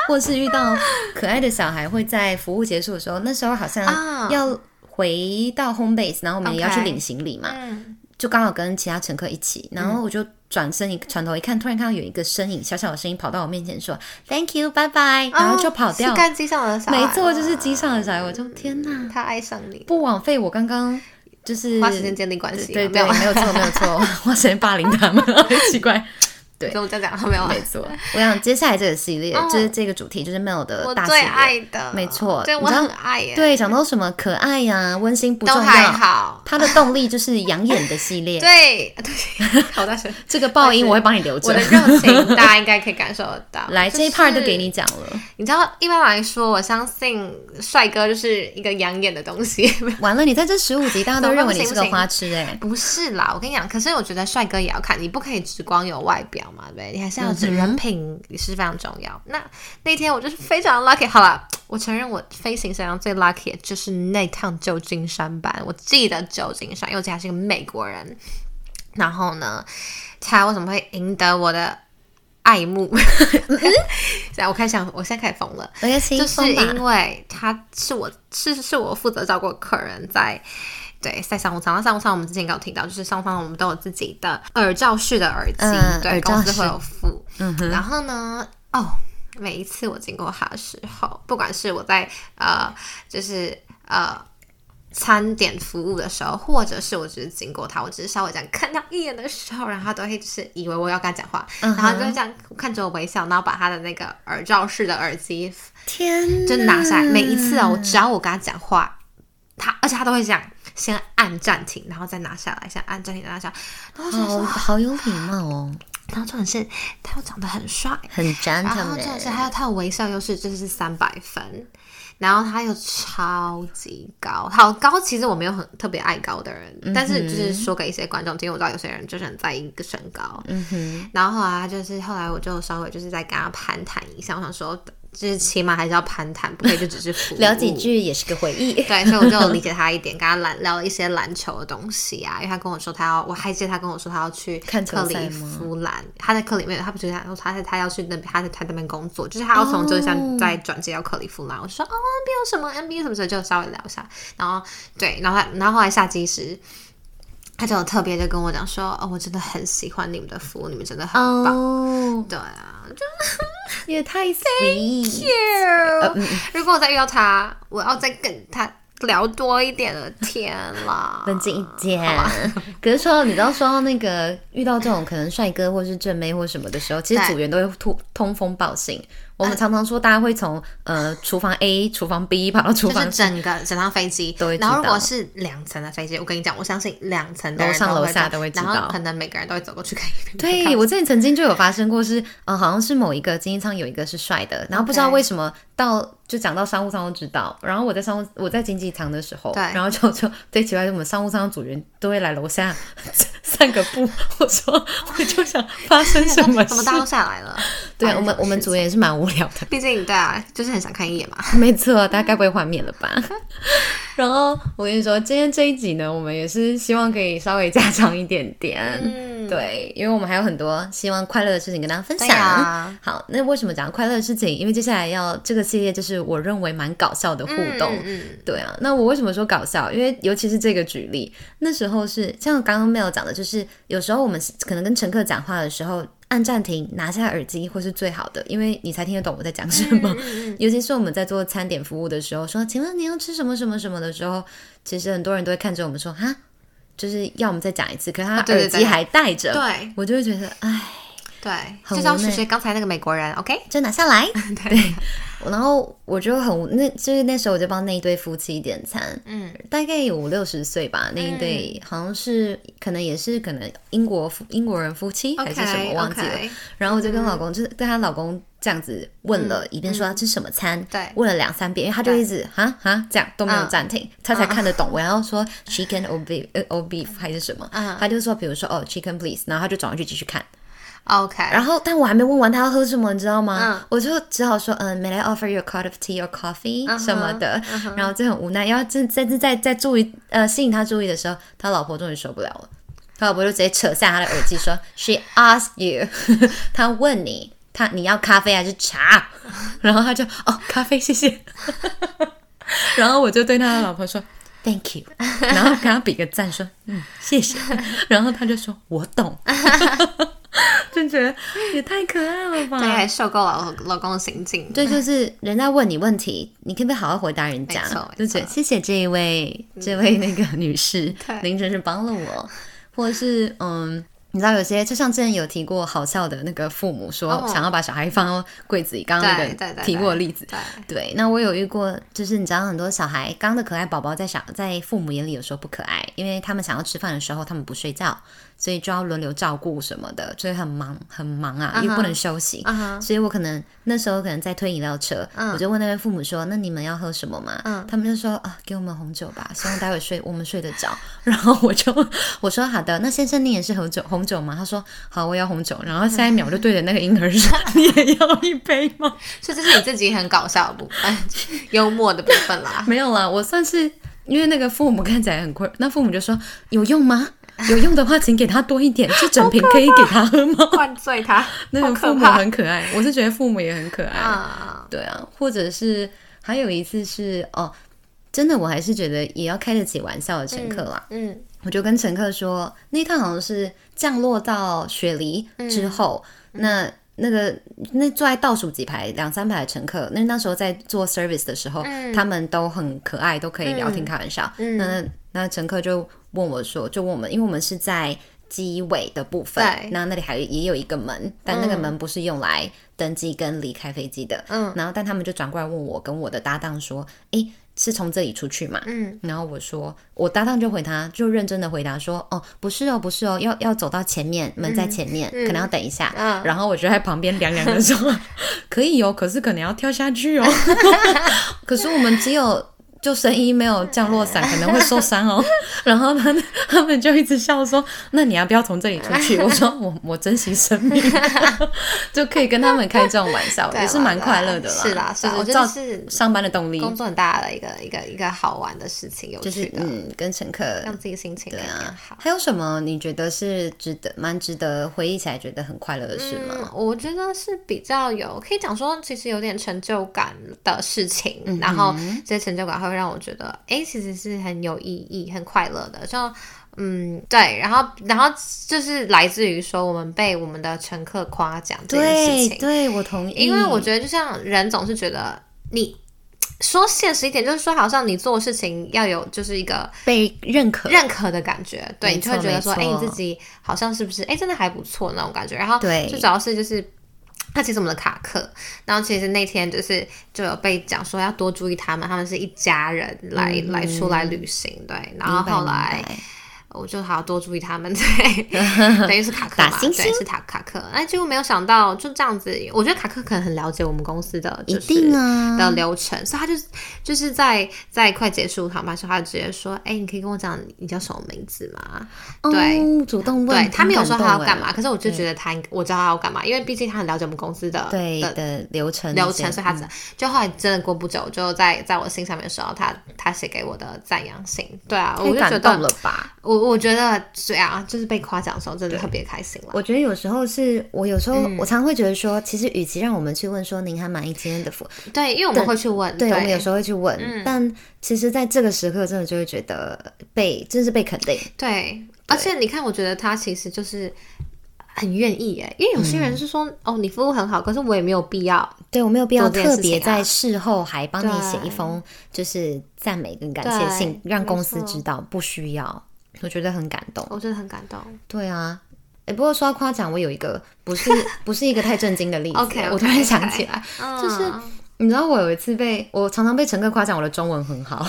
[SPEAKER 1] 或是遇到可爱的小孩，会在服务结束的时候，那时候好
[SPEAKER 2] 啊
[SPEAKER 1] 像嗯要回到 home base，然后我们也要去
[SPEAKER 2] OK
[SPEAKER 1] 领行李嘛，
[SPEAKER 2] 嗯，
[SPEAKER 1] 就刚好跟其他乘客一起，然后我就转身一转头一看，突然看到有一个身影，小小的身影跑到我面前说 “Thank you，拜拜”，然后就跑掉。
[SPEAKER 2] 哦是干机上的小孩
[SPEAKER 1] 没
[SPEAKER 2] 吗，
[SPEAKER 1] 错，就是机上的小孩，我就天哪，
[SPEAKER 2] 他爱上你，
[SPEAKER 1] 不枉费我刚刚就是
[SPEAKER 2] 花时间建立关系，
[SPEAKER 1] 对对
[SPEAKER 2] 没有啊
[SPEAKER 1] 对，没有错没有 (laughs) 错，花时间霸凌他们，奇怪，对
[SPEAKER 2] 跟我这样讲，没有啊，
[SPEAKER 1] 没错。我想接下来这个系列
[SPEAKER 2] 嗯
[SPEAKER 1] 就是这个主题，就是 Mel 的
[SPEAKER 2] 我
[SPEAKER 1] 大
[SPEAKER 2] 最
[SPEAKER 1] 系列。
[SPEAKER 2] 爱的，
[SPEAKER 1] 没错
[SPEAKER 2] 对
[SPEAKER 1] 你
[SPEAKER 2] 我
[SPEAKER 1] 知道
[SPEAKER 2] 很爱耶，
[SPEAKER 1] 对，讲到什么可爱呀、温馨不
[SPEAKER 2] 都
[SPEAKER 1] 重
[SPEAKER 2] 还
[SPEAKER 1] 要，
[SPEAKER 2] 好，
[SPEAKER 1] 它的动力就是养眼的系 (laughs) 列。
[SPEAKER 2] 对对，好大声，
[SPEAKER 1] 这个爆 (laughs) 音我会帮你留
[SPEAKER 2] 我
[SPEAKER 1] 着
[SPEAKER 2] 的。热情大家应该可以感受得到，
[SPEAKER 1] (laughs) 来，
[SPEAKER 2] 就
[SPEAKER 1] 这一 part 都
[SPEAKER 2] 是
[SPEAKER 1] 给你讲了。
[SPEAKER 2] 你知道，一般来说，我相信帅哥就是一个养眼的东西。
[SPEAKER 1] 完了，你在这十五集，大家都认为你是个花痴哎、
[SPEAKER 2] 不是啦，我跟你讲，可是我觉得帅哥也要看，你不可以只光有外表嘛，对不对？你还是要有人品也是非常重要。那那天我就是非常 lucky，好了，我承认我飞行史上最 lucky 的就是那趟旧金山班，我记得旧金山，尤其还是个美国人。然后呢，他为什么会赢得我的爱慕？ (laughs) 这样我开始想，我现在开始疯了。
[SPEAKER 1] (laughs) 我要清
[SPEAKER 2] 就是
[SPEAKER 1] 风吧。
[SPEAKER 2] 因为他是我是是我负责照顾客人在。对，在商务舱，那商务舱我们之前刚有提到，就是商务舱我们都有自己的耳罩式的耳机，
[SPEAKER 1] 嗯
[SPEAKER 2] 对，
[SPEAKER 1] 耳罩
[SPEAKER 2] 公司
[SPEAKER 1] 式
[SPEAKER 2] 会有付。
[SPEAKER 1] 嗯
[SPEAKER 2] 然后呢，哦，每一次我经过他的时候，不管是我在呃，就是呃餐点服务的时候，或者是我只是经过他，我只是稍微这样看他一眼的时候，然后他都会就是以为我要跟他讲话，
[SPEAKER 1] 嗯哼
[SPEAKER 2] 然后就会这样看着我微笑，然后把他的那个耳罩式的耳机
[SPEAKER 1] 天，
[SPEAKER 2] 就拿下来。每一次啊，我只要我跟他讲话，他而且他都会这样，先按暂停，然后再拿下来，先按暂停，再拿下来。然后我就
[SPEAKER 1] 好
[SPEAKER 2] 说，
[SPEAKER 1] 哦好有礼貌哦，
[SPEAKER 2] 然后重点是他又长得很帅，
[SPEAKER 1] 很
[SPEAKER 2] 然后重点
[SPEAKER 1] gentleman。
[SPEAKER 2] 是还有他的微笑优势就是三百分，然后他又超级高，好高。其实我没有很特别爱高的人，但是就是说给一些观众听，因为我知道有些人就是很在意一个身高。
[SPEAKER 1] 嗯哼，
[SPEAKER 2] 然后后来他就是后来我就稍微就是再跟他攀谈一下，我想说就是起码还是要攀谈，不可以就只是服务
[SPEAKER 1] 聊几。句也是个回忆。
[SPEAKER 2] 对，所以我就有理解他一点，跟他篮聊了一些篮球的东西啊，因为 (laughs) 他跟我说他要，我还记得他跟我说他要去
[SPEAKER 1] 看球
[SPEAKER 2] 克
[SPEAKER 1] 赛
[SPEAKER 2] 里
[SPEAKER 1] 哦吗
[SPEAKER 2] 夫兰，他在克里面，他不是他说他他要去那边，他在他那边工作，就是他要从旧金山
[SPEAKER 1] 哦
[SPEAKER 2] 再转接到克利夫兰。我就说哦，那边有什么 NBA 什么时候就稍微聊一下，然后对，然后他然后后来下机时。他就有特别的跟我讲说，哦，我真的很喜欢你们的服务，你们真的很棒。
[SPEAKER 1] 哦，
[SPEAKER 2] 对啊，
[SPEAKER 1] 也太 sweet。
[SPEAKER 2] 呃嗯如果我再遇到他，我要再跟他聊多一点的天啦。
[SPEAKER 1] 冷静一点。可是说到你刚刚说到那个遇到这种可能帅哥或是正妹或什么的时候，其实
[SPEAKER 2] 对
[SPEAKER 1] 组员都会通通风报信。我们常常说，大家会从呃厨房 A、厨房 B 跑到厨
[SPEAKER 2] 就是
[SPEAKER 1] 房
[SPEAKER 2] 整个整趟飞机
[SPEAKER 1] 都会，知道
[SPEAKER 2] 然后如果是两层的飞机，我跟你讲，我相信两层的人
[SPEAKER 1] 楼上
[SPEAKER 2] 都会
[SPEAKER 1] 楼下
[SPEAKER 2] 走
[SPEAKER 1] 都会知道
[SPEAKER 2] 然后可能每个人都会走过去看一遍。
[SPEAKER 1] 对，呃我之前曾经就有发生过是，呃，好像是某一个经济舱有一个是帅的，然后不知道
[SPEAKER 2] OK
[SPEAKER 1] 为什么到就讲到商务舱都知道，然后我在商务我在经济舱的时候，
[SPEAKER 2] 对
[SPEAKER 1] 然后就就对奇怪，我们商务舱的组员都会来楼下 (laughs) 散个步，我说 (laughs) 我就想发生什么
[SPEAKER 2] (laughs) 怎
[SPEAKER 1] 事
[SPEAKER 2] 么，大家都下来了？
[SPEAKER 1] (laughs) 对
[SPEAKER 2] 哎
[SPEAKER 1] 我们我们组员也是蛮无聊的，
[SPEAKER 2] 毕竟对啊，就是很想看一眼嘛。
[SPEAKER 1] 没错，大家该不会幻灭了吧？ (laughs) 然后我跟你说，今天这一集呢，我们也是希望可以稍微加长一点点，
[SPEAKER 2] (laughs) 嗯，
[SPEAKER 1] 对，因为我们还有很多希望快乐的事情跟大家分享。
[SPEAKER 2] 对啊
[SPEAKER 1] 好，那为什么讲快乐的事情？因为接下来要这个系列就是我认为蛮搞笑的互动。
[SPEAKER 2] 嗯嗯
[SPEAKER 1] 对啊，那我为什么说搞笑？因为尤其是这个举例，那时候是像刚刚 Mel 讲的，就是有时候我们可能跟乘客讲话的时候，按暂停拿下耳机会是最好的，因为你才听得懂我在讲什么。
[SPEAKER 2] 嗯
[SPEAKER 1] 尤其是我们在做餐点服务的时候，说“请问你要吃什么什么什么”的时候，其实很多人都会看着我们说“哈”，就是要我们再讲一次，可是他
[SPEAKER 2] 啊对对
[SPEAKER 1] 耳
[SPEAKER 2] 对
[SPEAKER 1] 机还戴着。
[SPEAKER 2] 对
[SPEAKER 1] 我就会觉得，哎，
[SPEAKER 2] 对，
[SPEAKER 1] 很
[SPEAKER 2] 就是要
[SPEAKER 1] 无
[SPEAKER 2] 学
[SPEAKER 1] 奈
[SPEAKER 2] 学刚才那个美国人，OK？
[SPEAKER 1] 就拿下
[SPEAKER 2] (laughs)
[SPEAKER 1] 来。对，然后我就很无那，就是那时候我就帮那一对夫妻点餐，
[SPEAKER 2] 嗯，
[SPEAKER 1] 大概有五六十岁吧，那一对好像是可能也是可能英国夫英国人夫妻
[SPEAKER 2] 嗯
[SPEAKER 1] 还是什么忘记了。
[SPEAKER 2] OK，OK
[SPEAKER 1] 然后我就跟老公、就是对她老公这样子问了一遍，说要吃什么餐，
[SPEAKER 2] 对
[SPEAKER 1] 问了两三遍，因为他就一直哈哈这样都没有暂停，他才看得懂我要说 chicken or beef 呃 or beef 还是什么，
[SPEAKER 2] 嗯
[SPEAKER 1] 他就说比如说哦 chicken please，然后他就转过去继续看。
[SPEAKER 2] OK，
[SPEAKER 1] 然后，但我还没问完他要喝什么，你知道吗？
[SPEAKER 2] 嗯
[SPEAKER 1] 我就只好说，嗯，May I offer you a cup of tea or coffee、
[SPEAKER 2] 嗯哼
[SPEAKER 1] 什么的
[SPEAKER 2] 嗯哼
[SPEAKER 1] 然后就很无奈，要再再再再再注意，呃，吸引他注意的时候，他老婆终于受不了了，他老婆就直接扯下他的耳机说 (laughs) ，She asked you，他 (laughs) 问你，他你要咖啡还是茶？ (laughs) 然后他就哦，咖啡谢谢。 (laughs) 然后我就对他的老婆说 Thank you，然后 (laughs) 跟他比个赞说嗯谢谢， (laughs) 然后他就说我 (laughs) 懂，就觉得也太可爱了
[SPEAKER 2] 对，
[SPEAKER 1] 吧。
[SPEAKER 2] 还受够老老公的行径。
[SPEAKER 1] 这就是人家问你问题，你可不可以好好回答人家
[SPEAKER 2] 没错？
[SPEAKER 1] 就觉
[SPEAKER 2] 没
[SPEAKER 1] 得
[SPEAKER 2] 错
[SPEAKER 1] 谢谢这一位，这位那个女士
[SPEAKER 2] 对，
[SPEAKER 1] 您真是帮了我，或者是嗯。你知道有些，就像之前有提过，好笑的那个父母
[SPEAKER 2] 哦
[SPEAKER 1] 说想要把小孩放到柜子里，刚刚那
[SPEAKER 2] 对对
[SPEAKER 1] 个
[SPEAKER 2] 对
[SPEAKER 1] 提过的例子，
[SPEAKER 2] 对，
[SPEAKER 1] 对，那我有遇过，就是你知道很多小孩刚的可爱宝宝在小在父母眼里有时候不可爱，因为他们想要吃饭的时候他们不睡觉，所以就要轮流照顾什么的，所以很忙很忙啊，又不能休息。
[SPEAKER 2] 嗯哼，嗯
[SPEAKER 1] 所以我可能那时候可能在推饮料车，我就问那边父母说：“那你们要喝什么吗？”他们就说：“啊，给我们红酒吧，希望待会睡我们睡得着。”然后我就我说：“好的，那先生你也是红酒红酒吗？”他说：“好，我要红酒。”然后下一秒我就对着那个婴儿说：“ (laughs) 你也要一杯吗？”
[SPEAKER 2] 所以这是你自己很搞笑的部分， (laughs) 幽默的部分
[SPEAKER 1] (laughs)
[SPEAKER 2] 啦。
[SPEAKER 1] 没有啦，我算是因为那个父母看起来很困，那父母就说有用
[SPEAKER 2] (laughs)
[SPEAKER 1] 吗？有用的话，请给他多一点，这整瓶可以给他喝吗？
[SPEAKER 2] 灌
[SPEAKER 1] (laughs)
[SPEAKER 2] 醉他，
[SPEAKER 1] 那
[SPEAKER 2] (laughs) 好
[SPEAKER 1] 个
[SPEAKER 2] 可
[SPEAKER 1] 父母
[SPEAKER 2] 怕
[SPEAKER 1] 很可爱，我是觉得父母也很可爱。
[SPEAKER 2] 啊！
[SPEAKER 1] 对啊，或者是还有一次是哦，真的我还是觉得也要开得起玩笑的乘客啦。
[SPEAKER 2] 嗯，
[SPEAKER 1] 我就跟乘客说，那一趟好像是降落到雪梨
[SPEAKER 2] 嗯
[SPEAKER 1] 之后，那那个那坐在倒数几排两三排的乘客，那那时候在做 service 的时候，
[SPEAKER 2] 嗯
[SPEAKER 1] 他们都很可爱，都可以聊天开玩笑。那那乘客就问我说，就问我们，因为我们是在。机尾的部分
[SPEAKER 2] 对，嗯
[SPEAKER 1] 那那里还也有一个门，但那个门不是用来登机跟离开飞机的。嗯，然后但他们就转过来问我跟我的搭档说：“诶，是从这里出去吗？”
[SPEAKER 2] 嗯，
[SPEAKER 1] 然后我说，我搭档就回他，就认真的回答说：“哦，不是哦，不是哦，要要走到前面，门在前面，可能要等一下。
[SPEAKER 2] 嗯
[SPEAKER 1] 然后我就在旁边凉凉的说：“ (laughs) 可以哦，可是可能要跳下去哦。 (laughs) 可是我们只有救生衣，没有降落伞，可能会受伤哦。” (laughs) 然后他们他们就一直笑说：“那你要不要从这里出去？” (laughs) 我说：“我我珍惜生命， (laughs) 就可以跟他们开这种玩笑，
[SPEAKER 2] (laughs) 对啦啊
[SPEAKER 1] 也是蛮快乐的啦。
[SPEAKER 2] 是啦，是啦，
[SPEAKER 1] 就
[SPEAKER 2] 我
[SPEAKER 1] 是
[SPEAKER 2] 觉得
[SPEAKER 1] 造嗯
[SPEAKER 2] 是
[SPEAKER 1] 上班的动力。”
[SPEAKER 2] 工作很大的一个一个一个好玩的事情，有
[SPEAKER 1] 就是
[SPEAKER 2] 趣的，
[SPEAKER 1] 嗯，跟乘客
[SPEAKER 2] 让自己心情更
[SPEAKER 1] 啊，
[SPEAKER 2] 好。
[SPEAKER 1] 还有什么你觉得是值得蛮值得回忆起来觉得很快乐的事吗？
[SPEAKER 2] 嗯，我觉得是比较有，可以讲说其实有点成就感的事情，
[SPEAKER 1] 嗯
[SPEAKER 2] 然后这些成就感会让我觉得，哎、其实是很有意义、很快乐的，就。嗯，对，然后，然后就是来自于说我们被我们的乘客夸奖这件事
[SPEAKER 1] 对
[SPEAKER 2] 情，
[SPEAKER 1] 对，我同意，
[SPEAKER 2] 因为我觉得就像人总是觉得你说现实一点，就是说好像你做事情要有就是一个
[SPEAKER 1] 被认可，
[SPEAKER 2] 认可的感觉，对，
[SPEAKER 1] 没
[SPEAKER 2] 你就会
[SPEAKER 1] 错
[SPEAKER 2] 觉得说，哎、
[SPEAKER 1] 没错
[SPEAKER 2] 你自己好像是不是，哎、真的还不错那种感觉。然后，
[SPEAKER 1] 对
[SPEAKER 2] 最主要是就是。那其实我们的卡克，然后其实那天就是就有被讲说要多注意他们，他们是一家人来、来出来旅行，对。然
[SPEAKER 1] 嗯
[SPEAKER 2] 后
[SPEAKER 1] 明白
[SPEAKER 2] 后来
[SPEAKER 1] 明白
[SPEAKER 2] 我就好好多注意他们， (laughs) 对，等于是卡克嘛，
[SPEAKER 1] 打星星
[SPEAKER 2] 对，是塔卡克。哎，结果没有想到就这样子，我觉得卡克可能很了解我们公司的，就
[SPEAKER 1] 一
[SPEAKER 2] 是
[SPEAKER 1] 定啊，
[SPEAKER 2] 的流程，所以他就就是在在快结束航班的时候，他就直接说：“哎、你可以跟我讲你你叫什么名字吗？”对。
[SPEAKER 1] 哦，主动欸问，
[SPEAKER 2] 对他没有说他要干
[SPEAKER 1] 嘛，
[SPEAKER 2] 嘛，可是我就觉得他应我知道他要干嘛，因为毕竟他很了解我们公司的
[SPEAKER 1] 对嗯
[SPEAKER 2] 的
[SPEAKER 1] 的流程
[SPEAKER 2] 流程，所以他只就后来真的过不久，就在在我信上面的时候，他他写给我的赞扬信，对啊，我
[SPEAKER 1] 太
[SPEAKER 2] 就觉
[SPEAKER 1] 感动
[SPEAKER 2] 得
[SPEAKER 1] 了吧？
[SPEAKER 2] 我我觉得对啊，就是被夸奖的时候真的特别开心了。
[SPEAKER 1] 我觉得有时候是我有时候、我常会觉得说，其实与其让我们去问说您还满意今天的服
[SPEAKER 2] 对，因为我们会去问，
[SPEAKER 1] 对，嗯
[SPEAKER 2] 对
[SPEAKER 1] 我们有时候会去问，但其实在这个时刻，真的就会觉得被，真是被肯定。
[SPEAKER 2] 对，而且你看，我觉得他其实就是很愿意耶，因为有些人是
[SPEAKER 1] 嗯
[SPEAKER 2] 说，哦，你服务很好，可是我也没有必要。
[SPEAKER 1] 对我没有必要
[SPEAKER 2] 做这件
[SPEAKER 1] 特
[SPEAKER 2] 事情啊
[SPEAKER 1] 别在事后还帮你
[SPEAKER 2] 对
[SPEAKER 1] 写一封就是赞美跟感谢信，
[SPEAKER 2] 对
[SPEAKER 1] 让公司
[SPEAKER 2] 没错
[SPEAKER 1] 知道，不需要。我觉得很感动。
[SPEAKER 2] 我真的很感动。
[SPEAKER 1] 对啊，哎，不过说到夸奖，我有一个不
[SPEAKER 2] (laughs)
[SPEAKER 1] 是不是一个太震惊的例子
[SPEAKER 2] OK，
[SPEAKER 1] 我突然想起来，
[SPEAKER 2] 就是
[SPEAKER 1] 你知道我有一次被我常常被乘客夸奖我的中文很
[SPEAKER 2] (laughs)
[SPEAKER 1] 好，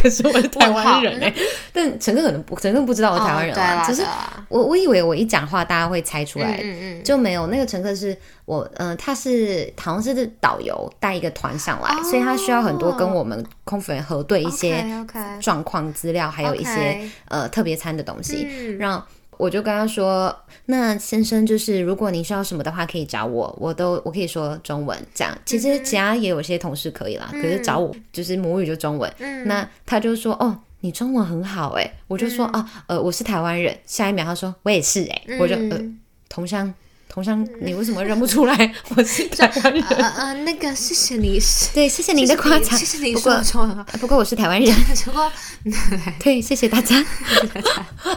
[SPEAKER 1] 可是我是台湾人哎、但乘客可能不乘客不知道我是台湾人啊
[SPEAKER 2] 哦对啦
[SPEAKER 1] 只是
[SPEAKER 2] 对啦
[SPEAKER 1] 我我以为我一讲话大家会猜出来，
[SPEAKER 2] 嗯嗯
[SPEAKER 1] 就没有那个乘客是我，呃，他是好像是导游带一个团上来
[SPEAKER 2] 哦
[SPEAKER 1] 所以他需要很多跟我们空服员核对一些
[SPEAKER 2] OK，
[SPEAKER 1] 状况资料还有一些
[SPEAKER 2] OK
[SPEAKER 1] 呃特别餐的东西。
[SPEAKER 2] 嗯
[SPEAKER 1] 让我就跟他说，那先生就是如果您需要什么的话，可以找我，我都我可以说中文这
[SPEAKER 2] 嗯
[SPEAKER 1] 样。其实其他也有些同事可以啦，可是找我就是母语就中文。
[SPEAKER 2] 嗯
[SPEAKER 1] 那他就说哦。你中文很好哎、我就说、哦，呃，我是台湾人。下一秒他说我也是哎、我就呃
[SPEAKER 2] 嗯嗯
[SPEAKER 1] 同乡同乡，你为什么认不出来 (laughs) 我是台湾人？
[SPEAKER 2] 呃呃，那个谢谢你，谢
[SPEAKER 1] 嗯对，谢谢
[SPEAKER 2] 谢
[SPEAKER 1] 您的夸奖。
[SPEAKER 2] 谢谢你
[SPEAKER 1] 不
[SPEAKER 2] 说
[SPEAKER 1] 过
[SPEAKER 2] 我中文很好。
[SPEAKER 1] 不过我是台湾人，
[SPEAKER 2] 只不过
[SPEAKER 1] (laughs) 对，谢谢大家。 (laughs)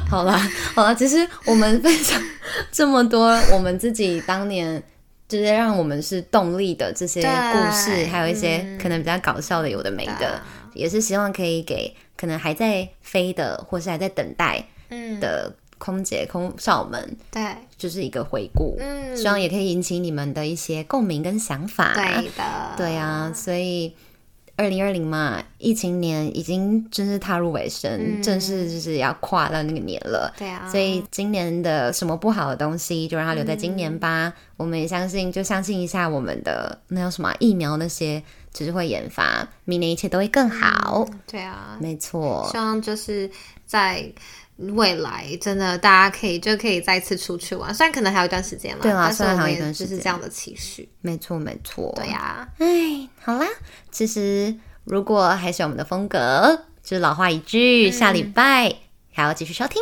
[SPEAKER 1] 好啦，好啦，其实我们分享这么多，我们自己当年就是让我们是动力的这些故事，
[SPEAKER 2] 对
[SPEAKER 1] 还有一些可能比较搞笑的，有的没的，也是希望可以给可能还在飞的，或是还在等待
[SPEAKER 2] 嗯，
[SPEAKER 1] 的空姐、空少们，
[SPEAKER 2] 对，
[SPEAKER 1] 就是一个回顾。
[SPEAKER 2] 嗯，
[SPEAKER 1] 希望也可以引起你们的一些共鸣跟想法。
[SPEAKER 2] 对的，
[SPEAKER 1] 啊对啊，所以二零二零嘛，疫情年已经真是踏入尾声，正式就是要跨到那个年了。
[SPEAKER 2] 对嗯啊，
[SPEAKER 1] 所以今年的什么不好的东西，就让它留在今年吧。
[SPEAKER 2] 嗯
[SPEAKER 1] 我们也相信，就相信一下我们的那叫什么啊疫苗那些，只是会研发，明年一切都会更好。
[SPEAKER 2] 对啊，
[SPEAKER 1] 没错，
[SPEAKER 2] 希望就是在未来，真的大家可以就可以再次出去玩，虽然可能还有一段时间啦，
[SPEAKER 1] 对啊
[SPEAKER 2] 但是
[SPEAKER 1] 虽然
[SPEAKER 2] 我
[SPEAKER 1] 还
[SPEAKER 2] 们
[SPEAKER 1] 有一
[SPEAKER 2] 也
[SPEAKER 1] 段
[SPEAKER 2] 就
[SPEAKER 1] 时
[SPEAKER 2] 是
[SPEAKER 1] 间
[SPEAKER 2] 这样的期许，
[SPEAKER 1] 没错，没错。
[SPEAKER 2] 对啊呀、
[SPEAKER 1] 哎，好啦，其实如果还是我们的风格，就是老话一
[SPEAKER 2] 嗯
[SPEAKER 1] 句，下礼拜还要继续收听。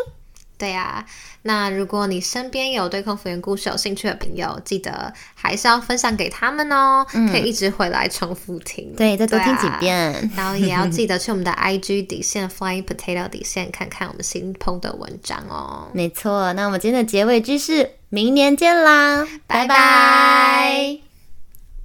[SPEAKER 2] 对呀、那如果你身边有对空服员故事有兴趣的朋友，记得还是要分享给他们哦，可以一直回来重复听。
[SPEAKER 1] 嗯对，再多听几
[SPEAKER 2] 对啊
[SPEAKER 1] 遍。
[SPEAKER 2] 然后也要记得去我们的 IG 底线 Flying Potato 底线看看我们新烹的文章哦。
[SPEAKER 1] 没错，那我们今天的结尾句是明年见啦，拜拜。
[SPEAKER 2] 拜拜